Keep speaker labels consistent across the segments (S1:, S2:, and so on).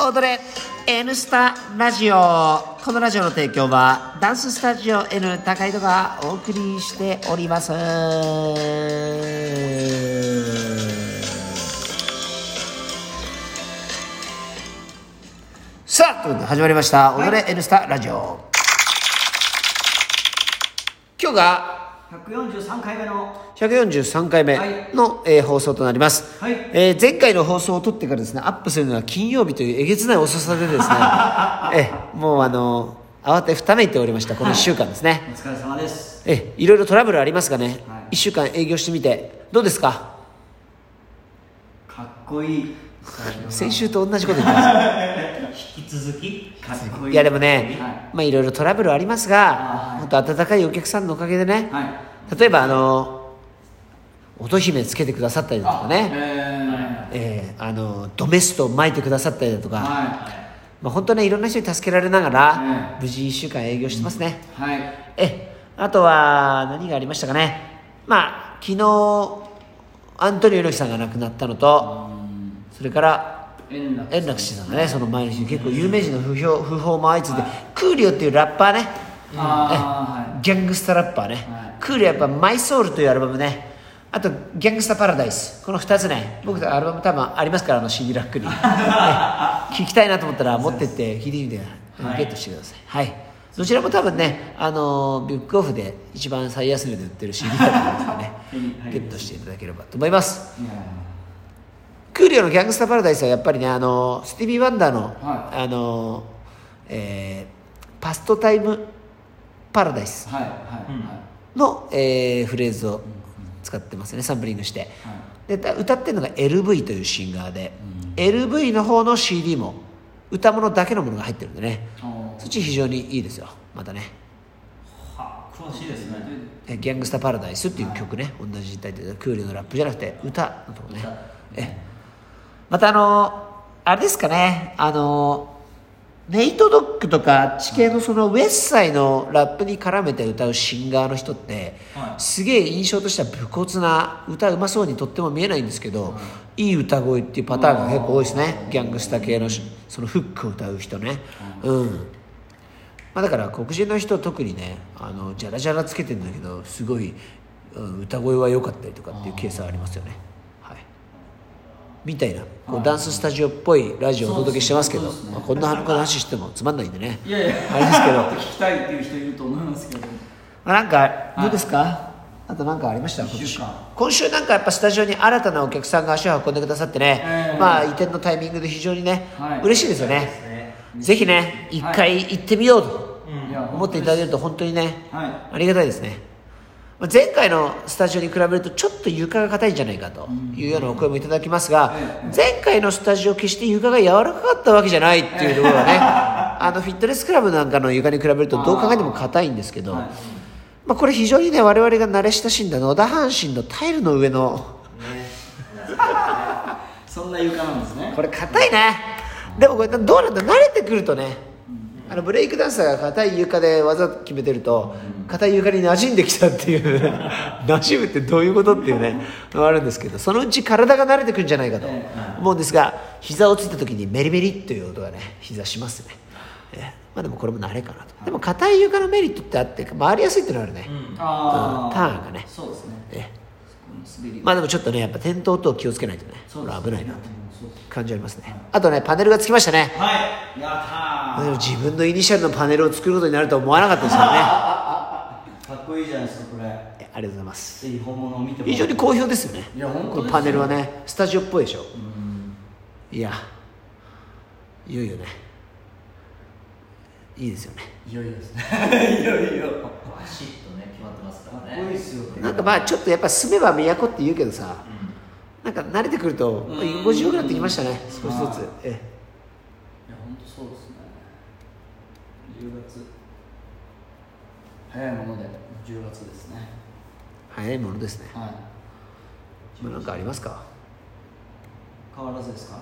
S1: 踊れ N スタラジオこのラジオの提供はダンススタジオ N 高井戸がお送りしておりますさあということで始まりました「踊れ N スタラジオ」今日が
S2: 143回目の
S1: 143回目の、えー放送となります、
S2: はい
S1: えー前回の放送を撮ってからですねアップするのは金曜日というえげつない遅さで ですねえもうあの慌てふためいておりましたこの1週間ですね、
S2: お疲れ様です
S1: えいろいろトラブルありますがね、
S2: はい
S1: 1週間営業してみてどうですか
S2: かっこいい
S1: 先週と同じこと言ってます
S3: 引き続き
S2: かっこいい
S1: いやでもね、
S2: はい
S1: まあいろいろトラブルあります
S2: あ
S1: が、
S2: ー
S1: 本当温かいお客さんのおかげでね、
S2: はい
S1: 例えばあの乙姫つけてくださったりだとかね、
S2: え
S1: えーあのドメストを巻いてくださったりだとか、
S2: ー、は
S1: まあ、本当ねいろんな人に助けられながら、
S2: え
S1: 無事1週間営業してますね、
S2: いはい
S1: えあとは何がありましたかねまあ昨日アントニオ猪木さんが亡くなったのとそれから
S2: 円楽
S1: 円楽氏さんがねその毎日結構有名人の訃報訃報も相次いで、クーリオっていうラッパーね
S2: あ
S1: ギャングスタラッパーね、
S2: はい
S1: クーリオやっぱ「マイソウル」というアルバムねあと「ギャングスタパラダイス」この2つね僕アルバム多分ありますからあの CD ラッ クに、ね聞きたいなと思ったら持ってって聞いてみて、ゲットしてくださいはいどちらも多分ねあのビュックオフで一番最安値で売ってる CD だと思いますからね、
S2: はい
S1: ゲットしていただければと思います
S2: ーはいいや
S1: クーリオの「ギャングスタパラダイス」はやっぱりねあのスティービー・ワンダーの、
S2: は
S1: あの、えーパストタイムパラダイス
S2: はいはい、はい
S1: の、えーフレーズを使ってますねサンプリングして、
S2: は
S1: でた歌ってるのが LV というシンガーで、LV の方の CD も歌物だけのものが入ってるんでね
S2: おー
S1: そっち非常にいいですよまたね
S3: は詳しいですね
S1: えギャングスタ・パラダイスっていう曲ね、同じタイトルでクールのラップじゃなくて歌のとこねえまたあのあれですかねあのネイトドッグとか地形のそのウェッサイのラップに絡めて歌うシンガーの人って、
S3: はい
S1: すげえ印象としては武骨な歌うまそうにとっても見えないんですけど、い、い歌声っていうパターンが結構多いですねギャングスタ系のしそのフックを歌う人ねうんまあ、だから黒人の人特にねあのジャラジャラつけてるんだけどすごい、うん歌声は良かったりとかっていうケースはありますよね、はい、みたいなこうダンススタジオっぽいラジオをお届けしてますけどまあこんな話してもつまんないんでね
S2: いやいや
S1: あれですけど
S2: もっと 聞きたいっていう人いると思いますけど
S1: まあなんかどうですか、あと何かありました今
S2: 一
S1: 週
S2: 週間
S1: 今週なんかやっぱスタジオに新たなお客さんが足を運んでくださってね、
S2: ええ
S1: まあ移転のタイミングで非常にね、
S2: はい
S1: 嬉しいですよねぜひね一回行ってみようと
S2: いや
S1: 思っていただけると本当にね、
S2: は
S1: ありがたいですねまあ前回のスタジオに比べるとちょっと床が硬いんじゃないかというようなお声もいただきますが
S2: え
S1: 前回のスタジオ決して床が柔らかかったわけじゃないっていうところがねあのフィットネスクラブなんかの床に比べるとどう考えても硬いんですけど、
S2: はい
S1: まあ、これ非常にね我々が慣れ親しんだ野田阪神のタイルの上の
S2: そんな床なんですね
S1: これ硬いねでもこれどうなんだ慣れてくるとねあのブレイクダンサーが硬い床で技決めてると硬い床に馴染んできたっていう 馴染むってどういうことっていうねのがあるんですけどそのうち体が慣れてくるんじゃないかと
S2: え
S1: 思うんですが膝をついた時にメリメリという音がね膝しますねえまあでもこれも慣れかなとでも硬い床のメリットってあって回りやすいってのはあるね、
S2: ああ
S1: ターンがね
S2: そうですね
S1: ええ
S2: そこの滑り
S1: まあでもちょっとねやっぱ転倒と気をつけないとね
S2: そう
S1: こ
S2: で
S1: れ
S2: すね
S1: 危ないなって
S2: そうです
S1: 感じありますねあとねパネルがつきましたね
S2: はいやったー
S1: でも自分のイニシャルのパネルを作ることになるとは思わなかったですからねいや
S2: かっこいいじゃないですかこれ
S1: ありがとうございます
S2: ぜひ本物を見てもら
S1: 非常に好評ですよね
S2: いや本当ですよ
S1: このパネルはねスタジオっぽいでしょいやいよいよねいいですよね
S2: いよいよですねいよいよかっ
S3: バシッとね決まってますから
S2: こ
S3: ね
S2: いいっすよ
S1: なんかまあちょっとやっぱ住めば都って言うけどさ、なんか慣れてくると居心地よくなってきましたね少しずつ
S2: はい
S1: え
S2: いや本当そうですね10月早いもので10月ですね
S1: え早いものですね
S2: はい
S1: まあなんかありますか
S2: 変わらずですか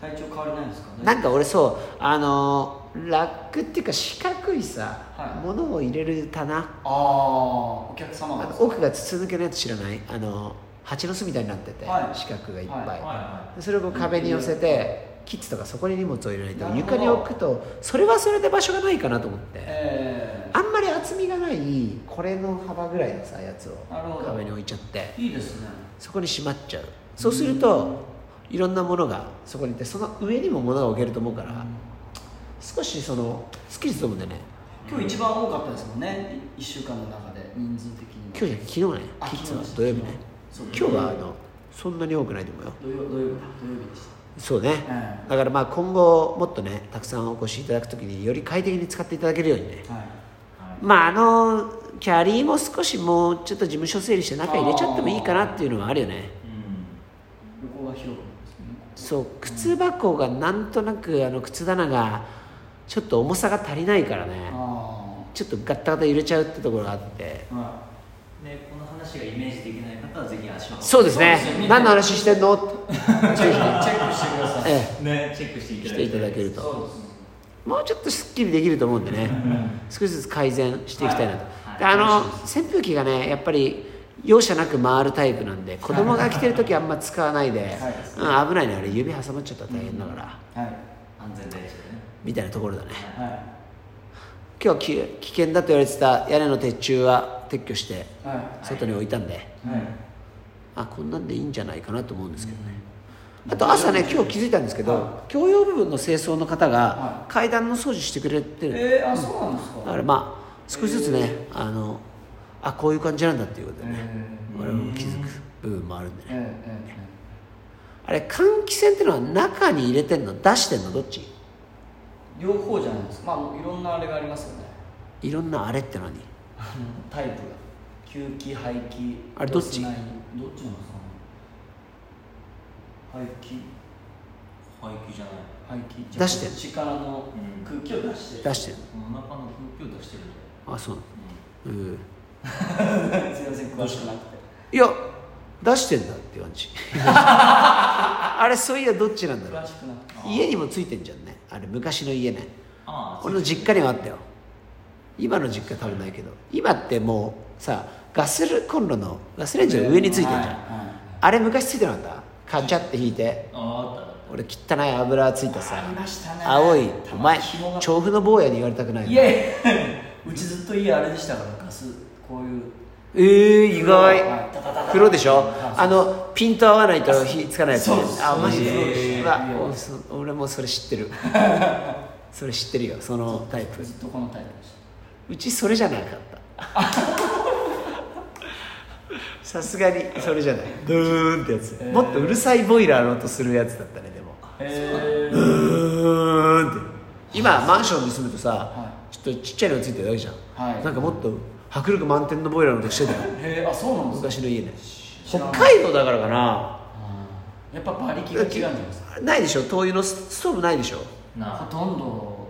S2: 体調変わりないですか
S1: なんか俺そうあのーラックっていうか四角いさ、
S2: はい
S1: 物を入れる棚
S2: ああお客様
S1: あ
S2: が
S1: の奥が筒抜けのやつ知らないあの蜂の巣みたいになってて、
S2: はい
S1: 四角がいっぱい、
S2: はい
S3: はいは
S1: それをこう壁に寄せて、キッチンとかそこに荷物を入れないと
S2: なるほど
S1: 床に置くとそれはそれで場所がないかなと思って
S2: え
S1: あんまり厚みがないこれの幅ぐらいのさやつを
S2: なるほど
S1: 壁に置いちゃって
S2: ー、いいですね
S1: そこにしまっちゃうそうするといろんなものがそこにいてその上にも物が置けると思うから少しそのスッキリすると思うんだよね
S2: 今日一番多かったですもんねい一週間の中で人数的に
S1: 今日じゃない昨日ね
S2: あ
S1: キッズは
S2: 昨日
S1: 土曜日ね
S2: そう
S1: 今日はあのそんなに多くないと思うよ
S2: 土曜土曜日だ土曜日でした
S1: そうね、
S2: ええ
S1: だからまあ今後もっとねたくさんお越しいただくときにより快適に使っていただけるようにね
S2: はい、
S1: まああのキャリーも少しもうちょっと事務所整理して中入れちゃってもいいかなっていうのはあるよね
S2: 横が広くなりますね
S1: そう靴箱がなんとなくあの靴棚がちょっと重さが足りないからね
S2: あ
S1: ちょっとガッタガタ揺れちゃうってところがあって
S2: あは
S3: うんでこの話がイメージできない方はぜひ足を
S1: そうですね何の話してん のって
S2: いチェックチェックしてください
S1: ええ
S3: ねチェックしていた
S1: 来
S3: だ
S1: て
S3: い
S1: いただけると
S2: そうですね
S1: もうちょっとすっきりできると思うんでね少しずつ改善していきたいなと、
S3: はい
S1: であの
S3: 楽
S1: 扇風機がねやっぱり容赦なく回るタイプなんで子供が来てる時あんま使わないで、うん、危ないねあれ指挟まっちゃったら大変だから、
S2: はい
S3: 安全第一でね
S1: みたいなところだね
S2: は
S1: 今日き危険だと言われてた屋根の鉄柱は撤去して
S2: いは
S1: 外に置いたんで、
S2: いはい
S1: あこんなんでいいんじゃないかなと思うんですけどね、あと朝ね今日気づいたんですけど、共用部分の清掃の方が
S2: は
S1: 階段の掃除してくれてる、
S2: えー、あそうなんですか
S1: だからまあ少しずつね、あのあこういう感じなんだっていうことでね、我々も気づく部分もあるんで
S2: ええ
S1: ね、
S2: え
S1: あれ換気扇ってのは中に入れてんの出してんのどっち
S2: え両方じゃないですかまあいろんなあれがありますよね
S1: いろんなあれって何
S2: あのタイプが吸気排気
S1: あれどっち
S2: ガス内どっちなんですかね排気
S3: 排気じゃない
S2: 排気
S1: 出してる
S2: 口からの
S3: うん
S2: 空気を出して
S1: 出してん
S3: お腹の空気を出してるんだよ
S1: のあそうなのうん
S2: すいません詳しくなく
S1: い
S2: て
S1: や出してんだって感じ あれそういやどっちなんだろう
S2: 詳しくなくて
S1: 家にもついてんじゃんねあれ昔の家ね
S3: ああ
S1: 俺の実家にはあったよ今の実家多分ないけど今ってもうさガスコンロのガスレンジの上についてんじゃん、
S2: はいはい
S1: あれ昔ついてなかったカチャって引いて
S3: あああったあった
S1: 俺汚い油ついたさ
S2: ありましたね
S1: 青いお前
S2: 紐が
S1: 調布の坊やに言われたくない
S2: い
S1: な
S2: やいやうちずっと家あれでしたからガスこういう
S1: えー、意外
S2: はいタタタタ
S1: 黒でしょ
S2: はい
S1: あのピント合わないと火つかないやつ
S2: そうです
S1: あマジ
S3: そうです
S1: で
S3: ね
S1: うわおそ俺もそれ知って るそれ知ってるよそのタイプ
S2: ずっとこのタイプ
S1: う
S2: でし
S1: ちそれじゃなかった さすがにそれじゃないドゥーンってやつ、
S2: えー
S1: もっとうるさいボイラーの音するやつだったねでも
S2: たへえ
S1: ドゥーンって今マンションに住むとさ、
S2: は
S1: ちょっとちっちゃいのついてるだけじゃん、
S2: はい
S1: なんかもっと迫力満点のボイラーの音してたよ
S2: へえあそうなんですか
S1: 昔の家ね
S2: 知
S1: 北
S2: らない
S1: 海道だからかな
S2: やっぱ馬力が違うんじゃないですか
S1: ないでしょ灯油のスストーブないでしょ
S3: な
S2: ほ
S3: あ
S2: とんど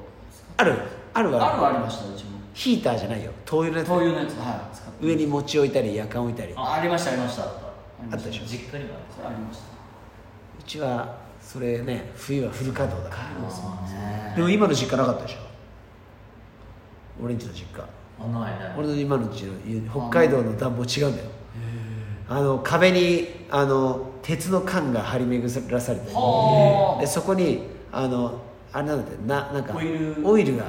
S1: あるある
S2: ある
S1: わ
S2: はありましたうちも
S1: ヒーターじゃないよ灯油のやつ
S2: 灯油のやつはい使って
S1: 上に餅置いたりやかん置いたりう
S2: あありましたありましたあり
S1: あ
S2: ま
S1: ったでしょ
S3: 実家にもある
S2: ありました
S1: ちはそれね冬はフル稼働だから
S2: そうですね
S1: でも今の実家なかったでしょ俺んちの実家
S3: あないない
S1: 俺の今の家の家に北海道の暖房違うんだよあの壁にあの鉄の缶が張り巡らされてる
S2: はあ
S1: でそこにあのあれなんだってななんか
S2: オイル
S1: が
S2: へ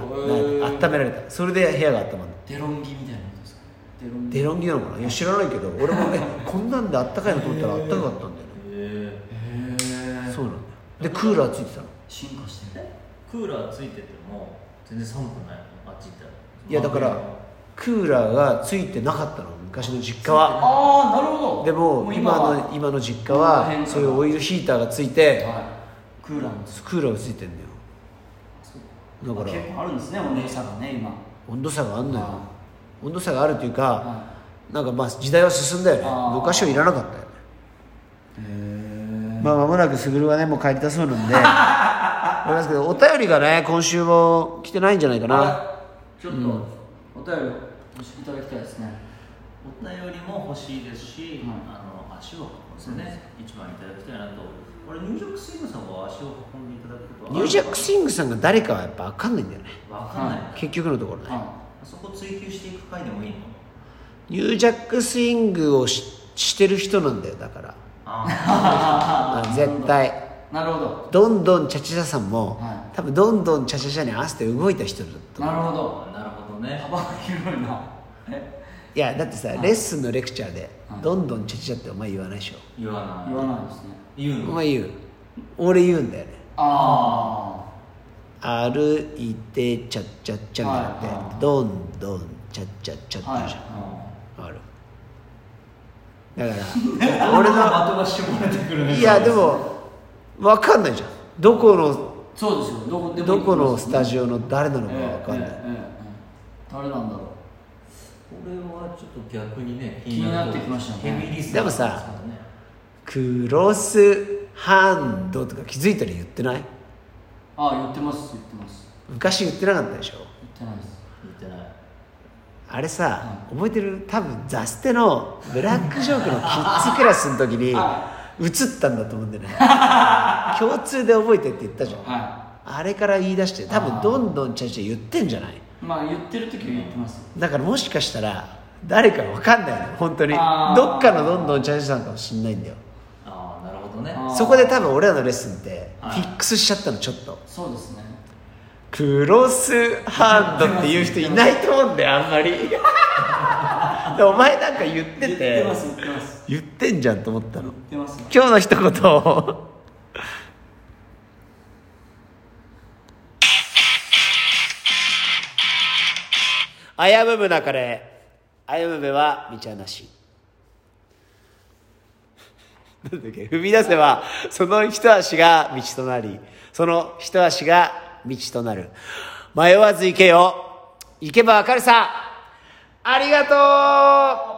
S2: え
S1: なんか温められたそれで部屋が温まる
S2: デロンギみたいなことですかデロンギ
S1: デロンギなのかないや知らないけど俺もねこんなんであったかいのと思ったらあったかかったんだよね
S3: へえ
S2: へえ
S1: そうなんだよでクーラーついてたの
S2: 進化してる
S3: クーラーついてても全然寒くないのあっち行ったら
S1: いやだからクーラーがついてなかったの昔の実家は
S2: ああなるほど
S1: でも今
S2: は
S1: の今の実家
S2: 今の変
S1: は
S2: 化
S1: そういうオイルヒーターがついて
S2: はいクーラーも
S1: クーラーがついてんだよだから
S2: 結構あるんですね温度差がね今
S1: 温度差があんのよ
S2: は
S1: 温度差があるというか
S2: は
S1: なんかまあ時代は進んだよね
S2: あー
S1: 昔はいらなかったよね
S2: いへえ
S1: まあ、間もなく卓はねもう帰りたそうなん で思いますけどお便りがね今週も来てないんじゃないかな
S3: ちょっと、お
S2: お便りをいただきたいですね
S3: 便りも欲しいですし、
S2: はい
S3: あの足を運んでね一番いただきたいなとこれニュージャックスイングさんは足を運んでいただくこと
S1: ニ
S3: は
S1: ュージャックスイングさんが誰かはやっぱ分かんないんだよね
S3: わかんない、
S2: は
S1: 結局のところね、
S2: は
S3: あそこ追求していく回でもいいの
S1: ニュージャックスイングをししてる人なんだよだから
S3: あ
S1: あ絶対
S2: なるほど
S1: どんどんチャチャチャさんも、
S2: は
S1: 多分どんどんチャチャチャに合わせて動いた人だと
S2: なるほど
S3: あなるほどね
S2: 幅が広いなえ
S1: いやだってさ、レッスンのレクチャーで、
S2: はい
S1: どんどんチャチャチャってお前言わないでしょ、
S3: 言わない
S2: 言わないですね
S3: 言う
S1: お
S3: の
S1: 前言う俺言うんだよね
S2: あ
S1: 歩いてチャッチャッチャみたいなって、
S2: はいはい
S1: どんどんチャッチャッチャ
S2: あ
S1: って言うじゃん、あ
S2: は
S1: るだから俺の
S3: 的が絞れてくるね
S1: いやでも分かんないじゃんどこの
S2: いそうですよどこでも
S1: どこの
S2: 行き
S1: ス
S2: ま
S1: タ
S2: す
S1: ジオの誰なのか
S2: え
S1: 分
S2: え
S1: かんない、
S2: ええええ誰なんだろう
S3: これはちょっと逆にね
S2: 気になってきましたね
S3: ヘビーリスナー
S1: でもさクロスハンドとか気づいたら言ってない
S2: ああ言ってます言ってます
S1: 昔言ってなかったでしょ
S2: 言ってないです
S3: 言ってない
S1: あれさ、覚えてる多分ザステのブラックジョークのキッズクラスの時 に映ったんだと思うんだよね共通で覚えてって言ったじゃん
S2: は
S1: あれから言い出して多分どんどんちゃんちゃん言ってんじゃない
S2: いまあ言ってる時は言ってます
S1: だからもしかしたら誰かわかんないの本当に
S2: あー
S1: どっかのどんどんちゃんちゃんかもしんないんだよ
S3: ああなるほどね
S2: あー
S1: そこで多分俺らのレッスンってフ
S3: はい
S1: ィックスしちゃったのちょっと
S2: そうですね
S1: クロスハンドっていう人いないと思うんだよあんまり でお前なんか言って
S2: 言
S1: て
S2: ってます言ってます
S1: 言ってんじゃんと思った
S2: 言
S1: の
S2: ってます
S1: 今日の一言をあやむむなカレーあやむむは道はなしなんだっけ踏み出せばその一足が道となりその一足が道となる迷わず行けよ行けばわかるさありがとう